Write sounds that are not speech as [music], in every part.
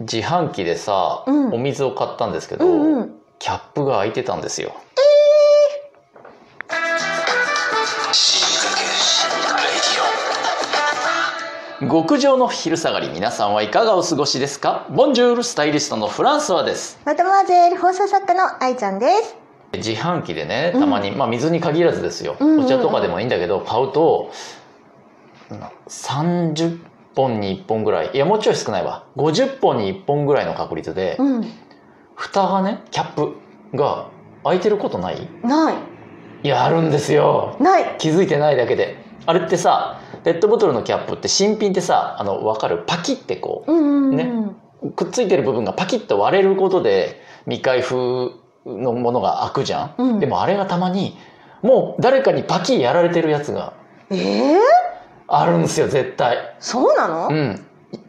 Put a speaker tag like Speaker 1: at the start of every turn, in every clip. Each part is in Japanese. Speaker 1: 自販機でさ、
Speaker 2: うん
Speaker 1: お水を買ったんですけ
Speaker 2: う
Speaker 1: ど、
Speaker 2: んうん
Speaker 1: キャップが開いてたんですよ極上の昼下がり皆さんはいかがお過ごしですかボンジュールスタイリストのフランスはです
Speaker 2: またまぜ放送作家の愛ちゃんです
Speaker 1: 自販機でねたまに、まあ水に限らずですよ、
Speaker 2: うんうんうん
Speaker 1: お茶とかでもいいんだけど買うとな30本に1本ぐらいいやもうちょい少ないわ50本に1本ぐらいの確率で、
Speaker 2: うん
Speaker 1: 蓋がねキャップが開いてることない
Speaker 2: ない
Speaker 1: いやあるんですよ
Speaker 2: ない
Speaker 1: 気づいてないだけであれってさペットボトルのキャップって新品ってさあの分かるパキってこ
Speaker 2: うんうんうん
Speaker 1: ねうくっついてる部分がパキッと割れることで未開封のものが開くじゃん、
Speaker 2: うん
Speaker 1: でもあれがたまにもう誰かにパキやられてるやつが
Speaker 2: えー、
Speaker 1: あるんですよ絶対
Speaker 2: そうなの、
Speaker 1: うん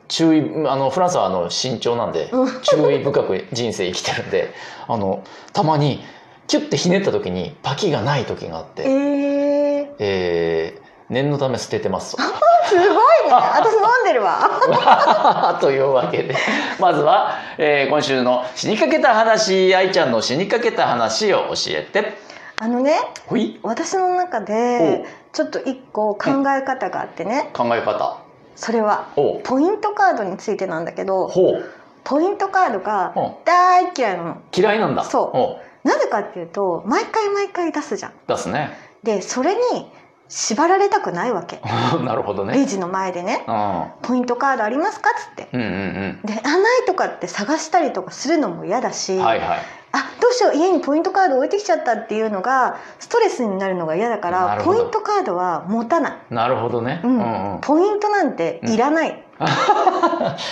Speaker 1: 注意あのフランスはあの慎重なんで
Speaker 2: うん
Speaker 1: 注意深く人生生きてるんであのたまにキュッてひねった時にパキがない時があって
Speaker 2: えー、
Speaker 1: えー念のため捨ててますと [laughs]
Speaker 2: すごいね私飲んでるわ [laughs]
Speaker 1: というわけでまずは、えー今週の「死にかけた話愛ちゃんの死にかけた話」を教えて
Speaker 2: あのね
Speaker 1: ほい
Speaker 2: 私の中でちょっと一個考え方があってね、
Speaker 1: 考え方
Speaker 2: それは
Speaker 1: おう
Speaker 2: ポイントカードについてなんだけど
Speaker 1: ほう、
Speaker 2: ポイントカードが
Speaker 1: うん、
Speaker 2: 大嫌いなの
Speaker 1: 嫌いなんだ
Speaker 2: そう
Speaker 1: お
Speaker 2: なぜかっていうと毎回毎回出すじゃん
Speaker 1: 出すね [laughs]
Speaker 2: でそれに縛られたくないわけ
Speaker 1: なるほど
Speaker 2: レ
Speaker 1: ね、
Speaker 2: ジの前でね
Speaker 1: うん、うん
Speaker 2: 「ポイントカードありますか?」っつって
Speaker 1: うんうん
Speaker 2: で「あない」とかって探したりとかするのも嫌だし、
Speaker 1: はいはい
Speaker 2: あどうしよう家にポイントカード置いてきちゃったっていうのがストレスになるのが嫌だか
Speaker 1: な
Speaker 2: ら
Speaker 1: るほ
Speaker 2: ポ
Speaker 1: ど
Speaker 2: イントカードは持たない、
Speaker 1: なるほどね、
Speaker 2: う
Speaker 1: うん
Speaker 2: ん
Speaker 1: うん
Speaker 2: ポイントなんていら [laughs] ない、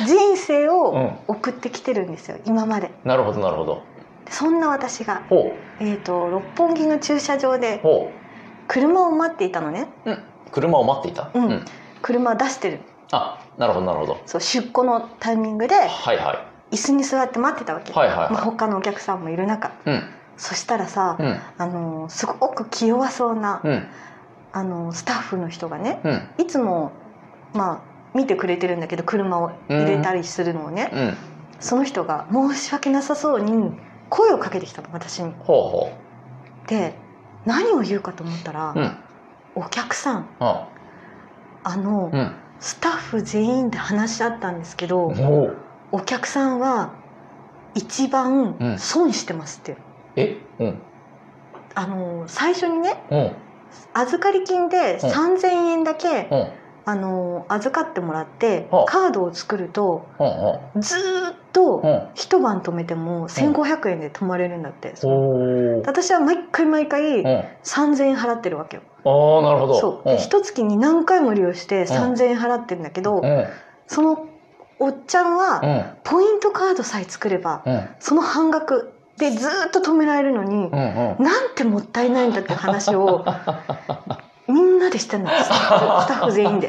Speaker 2: 人生
Speaker 1: う
Speaker 2: を
Speaker 1: ん、
Speaker 2: 送ってきてるんですよ今まで
Speaker 1: なるほどなるほど
Speaker 2: そんな私が、
Speaker 1: ほ
Speaker 2: えー、と六本木の駐車場
Speaker 1: う
Speaker 2: で
Speaker 1: ほ
Speaker 2: 車を待っていたのね
Speaker 1: う、うん、車を待っていた、
Speaker 2: うん車を出してる
Speaker 1: あなるほどなるほど
Speaker 2: そう出庫のタイミングで
Speaker 1: はいはい
Speaker 2: 椅子に座って待ってたわけ、
Speaker 1: はいはい
Speaker 2: まあ、
Speaker 1: は
Speaker 2: 他のお客さんもいる中
Speaker 1: い、
Speaker 2: そしたらさ、
Speaker 1: うんうん
Speaker 2: あのーすごく気弱そうな、
Speaker 1: うん
Speaker 2: あのースタッフの人がね
Speaker 1: うん
Speaker 2: いつもまあ見てくれてるんだけど車を入れたりするのをね、
Speaker 1: うん
Speaker 2: その人が申し訳なさそうに声をかけてきたの私に。
Speaker 1: ほうほ
Speaker 2: で何を言うかと思ったら、
Speaker 1: ううん
Speaker 2: お客さん
Speaker 1: あ
Speaker 2: あのー、
Speaker 1: うん
Speaker 2: スタッフ全員で話し合ったんですけど、
Speaker 1: おう
Speaker 2: お客さんは一
Speaker 1: う
Speaker 2: 番
Speaker 1: ん
Speaker 2: 損してますって、
Speaker 1: えうん
Speaker 2: あのー最初にね
Speaker 1: うん
Speaker 2: 預かり金で
Speaker 1: うん
Speaker 2: 3,000円だけ、
Speaker 1: うん
Speaker 2: あの預かってもらって
Speaker 1: はあ
Speaker 2: カードを作ると
Speaker 1: うん
Speaker 2: ずーっ
Speaker 1: うんう
Speaker 2: と
Speaker 1: ん
Speaker 2: 一晩泊めても1,500円で泊まれるんだって、
Speaker 1: おー
Speaker 2: 私は毎回毎回
Speaker 1: うん
Speaker 2: 3,000円払ってるわけよ
Speaker 1: ああなるほど
Speaker 2: そう
Speaker 1: うん
Speaker 2: で一月に何回も利用して3,000円払ってるんだけど、
Speaker 1: うん
Speaker 2: そのおっちゃんはポイントカードさえ作れば
Speaker 1: うん
Speaker 2: その半額でずーっと止められるの
Speaker 1: う
Speaker 2: に
Speaker 1: んう、んうん
Speaker 2: なんてもったいないんだって
Speaker 1: [laughs]
Speaker 2: 話をみんなでしたんですスタッフスタッフ
Speaker 1: [laughs]
Speaker 2: 全員で。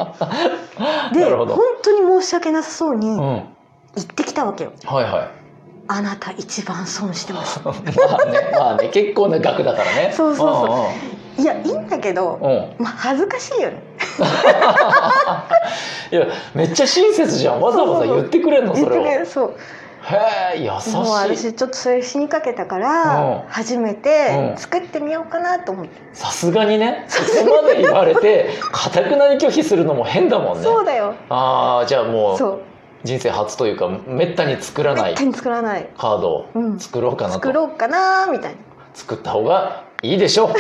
Speaker 2: で
Speaker 1: なるほ
Speaker 2: 本
Speaker 1: ど
Speaker 2: 当に申し訳なさそうに、
Speaker 1: うん
Speaker 2: 行ってきたわけよ
Speaker 1: はいはい [laughs]
Speaker 2: あなた一番損してます
Speaker 1: まあねまあね結構な額だからね
Speaker 2: そうそうそ
Speaker 1: そ
Speaker 2: いやいいんだけど、
Speaker 1: うんうん
Speaker 2: [laughs] まあ、恥ずかしいよね
Speaker 1: いやめっちゃ親切じゃんわざわざ言ってくれんの
Speaker 2: 言
Speaker 1: そ
Speaker 2: っ
Speaker 1: れ
Speaker 2: て
Speaker 1: を
Speaker 2: くれ
Speaker 1: へ
Speaker 2: るそう
Speaker 1: え優
Speaker 2: もう
Speaker 1: しい
Speaker 2: 私ちょっとそれ死にかけたか
Speaker 1: う
Speaker 2: ら
Speaker 1: ん
Speaker 2: 初めて
Speaker 1: うん
Speaker 2: 作ってみようかなと思って、
Speaker 1: さすがにねそこまで言われてかたくなに拒否するのも変だもんね
Speaker 2: そうだよ
Speaker 1: ああじゃあもう
Speaker 2: そう
Speaker 1: 人生初というかめったに作らな
Speaker 2: め
Speaker 1: い
Speaker 2: ったに作らない、
Speaker 1: カードを
Speaker 2: うん、
Speaker 1: 作ろうかな
Speaker 2: 作
Speaker 1: と
Speaker 2: ろうかなみたいな
Speaker 1: 作った方がいいでしょう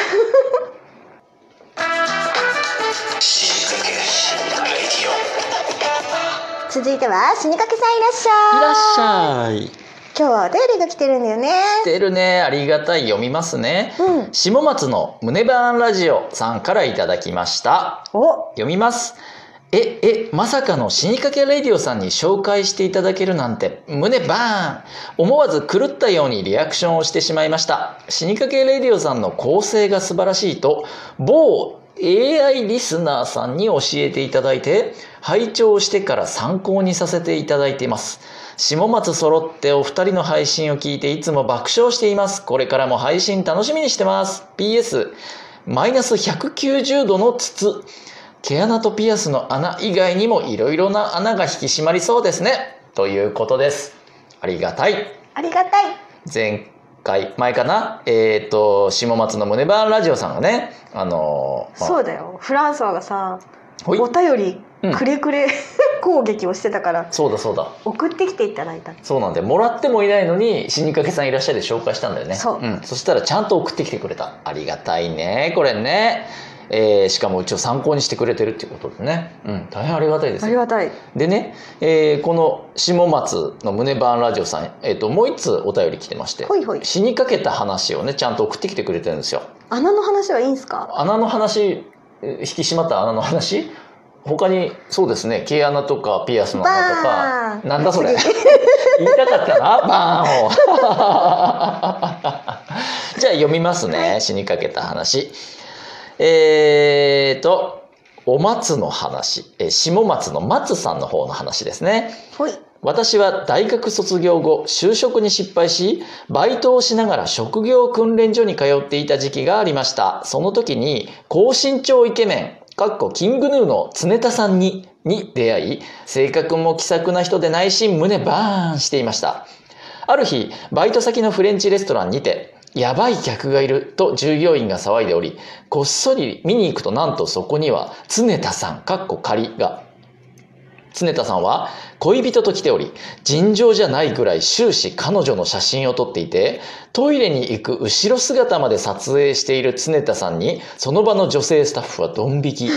Speaker 2: 続いては死にかけさんいらっしゃい
Speaker 1: ゃい
Speaker 2: 今日はお便りが来てるんだよね
Speaker 1: 出るねありがたい読みますね
Speaker 2: うん
Speaker 1: 下松の胸バーンラジオさんからいただきました
Speaker 2: お
Speaker 1: 読みますええまさかの死にかけレディオさんに紹介していただけるなんて胸バーン思わず狂ったようにリアクションをしてしまいました死にかけレディオさんの構成が素晴らしいと某 AI リスナーさんに教えていただいて拝聴してから参考にさせていただいています下松揃ってお二人の配信を聞いていつも爆笑していますこれからも配信楽しみにしてます PS マイナス190度の筒毛穴とピアスの穴以外にもいろいろな穴が引き締まりそうですねということですありがたい。
Speaker 2: ありがたい。
Speaker 1: 前回、前かなえっ、と、下松の胸バーンラジオさんがね、あのーまあ
Speaker 2: そうだよ。フランソワがさ、
Speaker 1: ほい
Speaker 2: お便り
Speaker 1: うん
Speaker 2: くれくれ [laughs] 攻撃をしてたから
Speaker 1: そうだそうだ。
Speaker 2: 送ってきていただいた。
Speaker 1: そうなんで、もらってもいないのに、死にかけさんいらっしゃいで紹介したんだよね。。
Speaker 2: そうん
Speaker 1: そしたらちゃんと送ってきてくれた。ありがたいね、これね。えーしかもうちを参考にしてくれてるっていうことでね。うん、大変ありがたいです
Speaker 2: あ
Speaker 1: よ
Speaker 2: りがたい。
Speaker 1: でね、えーこの下松の胸バーンラジオさん、えー、ともう一通お便り来てまして
Speaker 2: ほいほい。
Speaker 1: 死にかけた話をねちゃんと送ってきてくれてるんですよ
Speaker 2: 穴の話はいいんすか。
Speaker 1: 穴の話えー引き締まった穴の話他にそうですね毛穴とかピアスの穴とか
Speaker 2: バーン
Speaker 1: なんだそれ [laughs]
Speaker 2: 次
Speaker 1: 言いたかったなバーンを [laughs] じゃあ読みますね死にかけた話えーとお松の話、えー下松の松さんの方の話ですね。
Speaker 2: ほい。
Speaker 1: 私は大学卒業後、就職に失敗し、バイトをしながら職業訓練所に通っていた時期がありました。その時に、高身長イケメン、かっこキングヌーの常田さんに、に出会い、性格も気さくな人で内心胸バーンしていました。ある日、バイト先のフレンチレストランにて、やばい客がいると従業員が騒いでおり、こっそり見に行くとなんとそこには、常田さん、かっこ仮が、常田さんは恋人と来ており、尋常じゃないぐらい終始彼女の写真を撮っていて、トイレに行く後ろ姿まで撮影している常田さんに、その場の女性スタッフはドン引き。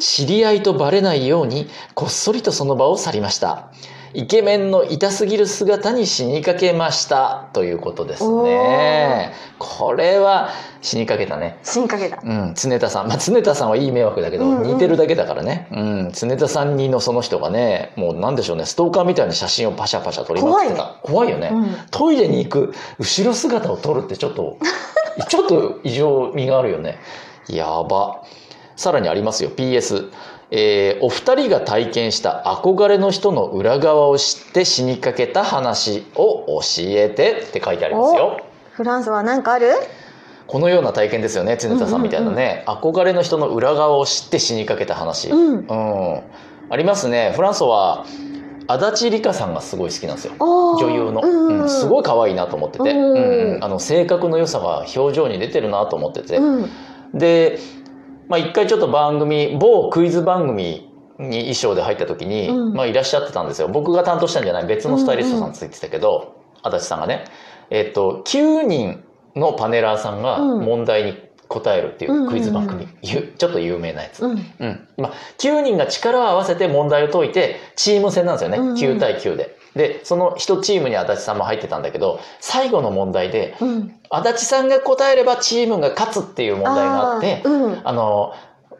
Speaker 1: 知り合いとバレないように、こっそりとその場を去りました。イケメンの痛すぎる姿に死にかけました。ということですね。これは死にかけたね。
Speaker 2: 死にかけた。
Speaker 1: うん、常田さん、まあ、常田さんはいい迷惑だけど、
Speaker 2: うんうん
Speaker 1: 似てるだけだからね、うん、常田さんにのその人がねもうなんでしょうねストーカーみたいに写真をパシャパシャ撮りまくってた怖い,、よね、
Speaker 2: うん。
Speaker 1: トイレに行く後ろ姿を撮るってちょっと [laughs] ちょっと異常味があるよねやばさらにありますよ PS えーお二人が体験した憧れの人の裏側を知って死にかけた話を教えてって書いてありますよ
Speaker 2: フランソワなんかある？
Speaker 1: このような体験ですよね常田さんみたいなね、憧れの人の裏側を知って死にかけた話、うん
Speaker 2: うん。
Speaker 1: ありますねフランソは足立梨花さんがすごい好きなんですよ女
Speaker 2: 女
Speaker 1: 優の、
Speaker 2: うん
Speaker 1: うんすごい可愛いなと思ってて、
Speaker 2: うん
Speaker 1: うんうんあの性格の良さが表情に出てるなと思ってて、
Speaker 2: うん。
Speaker 1: で、まあ、一回ちょっと番組某クイズ番組に衣装で入った時に、
Speaker 2: うん
Speaker 1: まあ、いらっしゃってたんですよ僕が担当したんじゃない別のスタイリストさんついてたけど、足立さんがね、えっと9人のパネラーさんが
Speaker 2: うん
Speaker 1: 問題に答えるってい
Speaker 2: んうん
Speaker 1: う
Speaker 2: うん
Speaker 1: クイズ番組、ゆちょっと有名なやつ、
Speaker 2: うん。
Speaker 1: うんまあ、9人が力を合わせて問題を解いてチーム戦なんですよね、
Speaker 2: うんうん
Speaker 1: 9対9で。でその1チームに足立さんも入ってたんだけど最後の問題で
Speaker 2: うん。
Speaker 1: 足立さんが答えればチームが勝つっていう問題があって
Speaker 2: ーうん。
Speaker 1: あの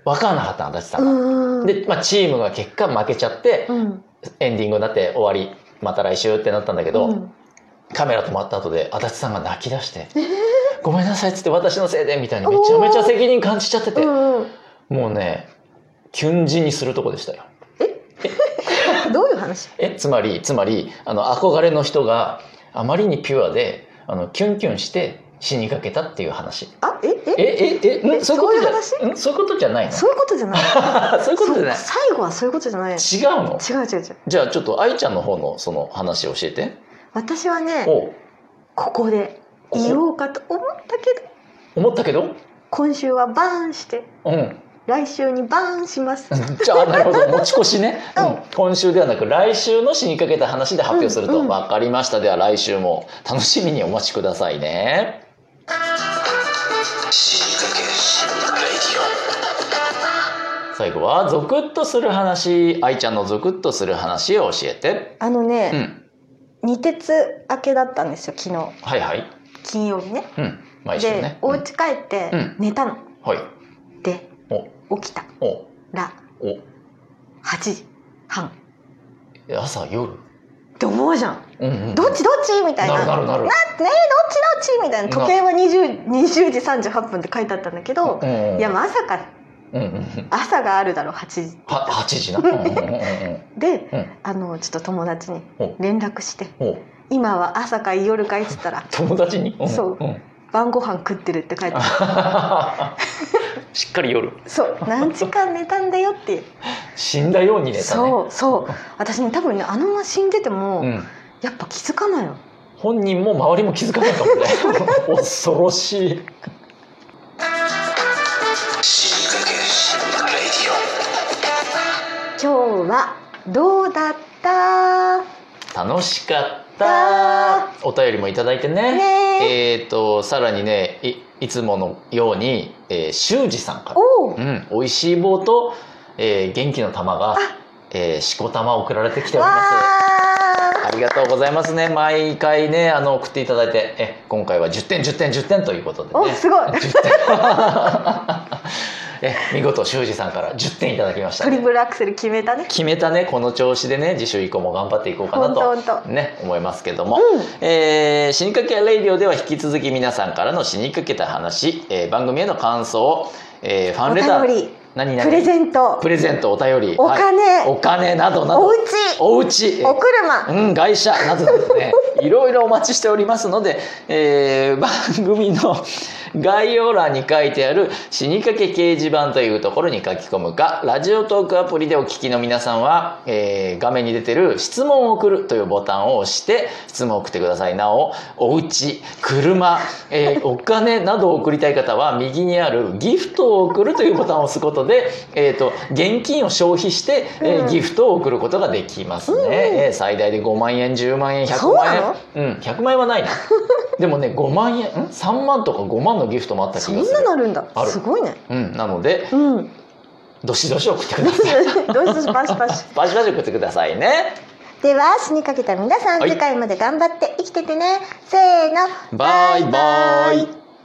Speaker 1: 分からなかった足立さんが。
Speaker 2: うんうん。
Speaker 1: で、まあ、チームが結果負けちゃって
Speaker 2: うん。
Speaker 1: エンディングになって終わりまた来週ってなったんだけど、
Speaker 2: うん
Speaker 1: カメラ止まった後で足立さんが泣き出して「ごめんなさい」っつって「私のせいで」みたいにめちゃめちゃ責任感じちゃってて、
Speaker 2: うんうん。
Speaker 1: もうねキュン死にするとこでしたよ。
Speaker 2: どういう話？
Speaker 1: えつまりつまりあの憧れの人があまりにピュアであのキュンキュンして死にかけたっていう話。
Speaker 2: あ、え、え、
Speaker 1: えええん
Speaker 2: え
Speaker 1: そういうことじゃ
Speaker 2: そう
Speaker 1: うんそういうことじゃないの
Speaker 2: そういうことじゃな
Speaker 1: [laughs]
Speaker 2: い。
Speaker 1: そういうことじゃない
Speaker 2: そ最後はそういうことじゃない。違
Speaker 1: 違うの
Speaker 2: う違う違う。
Speaker 1: じゃあちょっと愛ちゃんの方のその話を教えて。
Speaker 2: 私はね、
Speaker 1: おう
Speaker 2: ここで
Speaker 1: ここ
Speaker 2: 言おうかと思ったけど、
Speaker 1: 思ったけど
Speaker 2: 今週はバーンして、
Speaker 1: うん。 [laughs]
Speaker 2: 来週にバーンします。
Speaker 1: じゃあなるほ
Speaker 2: [laughs]
Speaker 1: ど持ち越しね、
Speaker 2: うん
Speaker 1: うん今週ではなく来週の死にかけた話で発表すると、
Speaker 2: うんうん
Speaker 1: 分かりましたでは来週も楽しみにお待ちくださいね。最後はゾクッとする話愛ちゃんのゾクッとする話を教えて
Speaker 2: あの
Speaker 1: う
Speaker 2: ね、
Speaker 1: ん
Speaker 2: 二鉄明けだったんですよ。昨日、
Speaker 1: はいはい
Speaker 2: 金曜日ね。
Speaker 1: うん毎週
Speaker 2: で
Speaker 1: ね、
Speaker 2: お
Speaker 1: うん、
Speaker 2: 家帰って
Speaker 1: うん
Speaker 2: 寝たの。
Speaker 1: はい
Speaker 2: で、
Speaker 1: お
Speaker 2: 起きた
Speaker 1: お
Speaker 2: ら
Speaker 1: お
Speaker 2: 8時半。
Speaker 1: 朝夜
Speaker 2: って思うじゃん。
Speaker 1: うんうん
Speaker 2: どっちどっちみたい
Speaker 1: な
Speaker 2: な。
Speaker 1: るなるなる
Speaker 2: ねえどっちどっちみたいな時計は 20, 20時38分って書いてあったんだけど、
Speaker 1: うんうん
Speaker 2: いやまさか
Speaker 1: うんうんうん
Speaker 2: 朝があるだろ8時
Speaker 1: は八時なうんうんうんうん
Speaker 2: [laughs]
Speaker 1: うん
Speaker 2: で
Speaker 1: うん
Speaker 2: あのちょっと友達に
Speaker 1: お
Speaker 2: 連絡して
Speaker 1: お
Speaker 2: 「今は朝か夜かい」っつったら
Speaker 1: 友達に、ん [laughs]
Speaker 2: そうん「晩ご飯食ってる」って書いてある
Speaker 1: しっかり夜
Speaker 2: そう何時間寝たんだよっていう、
Speaker 1: 死んだように寝たね [laughs]
Speaker 2: そうそう私ね多分ねあのまま死んでても、
Speaker 1: うん
Speaker 2: やっぱ気づかないよ
Speaker 1: 本人も周りも気づかないかもね
Speaker 2: [laughs]
Speaker 1: 恐ろしい
Speaker 3: 死にかけ死にかけレディオ
Speaker 2: 今日はどうだった
Speaker 1: 楽しかったお便りもいただいてね
Speaker 2: ねえ
Speaker 1: えっ、とさらにねいいつものように、えー、修二さんから
Speaker 2: おお
Speaker 1: うん、美味しい棒と、えー元気の玉が
Speaker 2: あ、
Speaker 1: えー、しこ玉送られてきており
Speaker 2: わ
Speaker 1: ます。
Speaker 2: あ
Speaker 1: ありがとうございますね。毎回ね、あの送っていただいて、え今回は10点10点10点ということでね。
Speaker 2: おす
Speaker 1: [laughs]
Speaker 2: ごい
Speaker 1: 10点。え見事修二さんから10点いただきました
Speaker 2: ト
Speaker 1: ね、
Speaker 2: リプルアクセル決めたね
Speaker 1: 決めたねこの調子でね次週以降も頑張っていこうかな
Speaker 2: ほんとほん
Speaker 1: と
Speaker 2: と
Speaker 1: ね思いますけども、
Speaker 2: うん
Speaker 1: えー死にかけレイディオでは引き続き皆さんからの死にかけた話、えー番組への感想、えーファンレター
Speaker 2: お便り
Speaker 1: 何々
Speaker 2: プレゼント
Speaker 1: プレゼントお便り
Speaker 2: お金
Speaker 1: はいお金などなど
Speaker 2: お家
Speaker 1: おうち
Speaker 2: お車
Speaker 1: うん、外車などなど
Speaker 2: [laughs]
Speaker 1: ねいろいろお待ちしておりますので、えー番組の概要欄に書いてある「死にかけ掲示板」というところに書き込むかラジオトークアプリでお聞きの皆さんは、えー画面に出てる「質問を送る」というボタンを押して質問を送ってくださいなおお家車、えーお金などを送りたい方は右にある「ギフトを送る」というボタンを押すことで、えー、と現金を消費して、えー
Speaker 2: うん
Speaker 1: ギフトを送ることができますね、
Speaker 2: うん
Speaker 1: えー最大で5万円10万円100
Speaker 2: そう
Speaker 1: 万
Speaker 2: なの
Speaker 1: 円うん100万円はない
Speaker 2: [laughs]
Speaker 1: なでもね5万円ん3万とか5万のギフトもあった気
Speaker 2: そ
Speaker 1: が
Speaker 2: ん
Speaker 1: す
Speaker 2: な
Speaker 1: る
Speaker 2: のあるんだ
Speaker 1: ある
Speaker 2: すごいね
Speaker 1: うん、なので
Speaker 2: うん [laughs]
Speaker 1: どしどし送ってください
Speaker 2: どうぞパシパシ
Speaker 1: [laughs] バシバシ送ってくださいね
Speaker 2: では死にかけた皆さん、
Speaker 1: はい
Speaker 2: 次回まで頑張って生きててねせーの
Speaker 1: バイバイ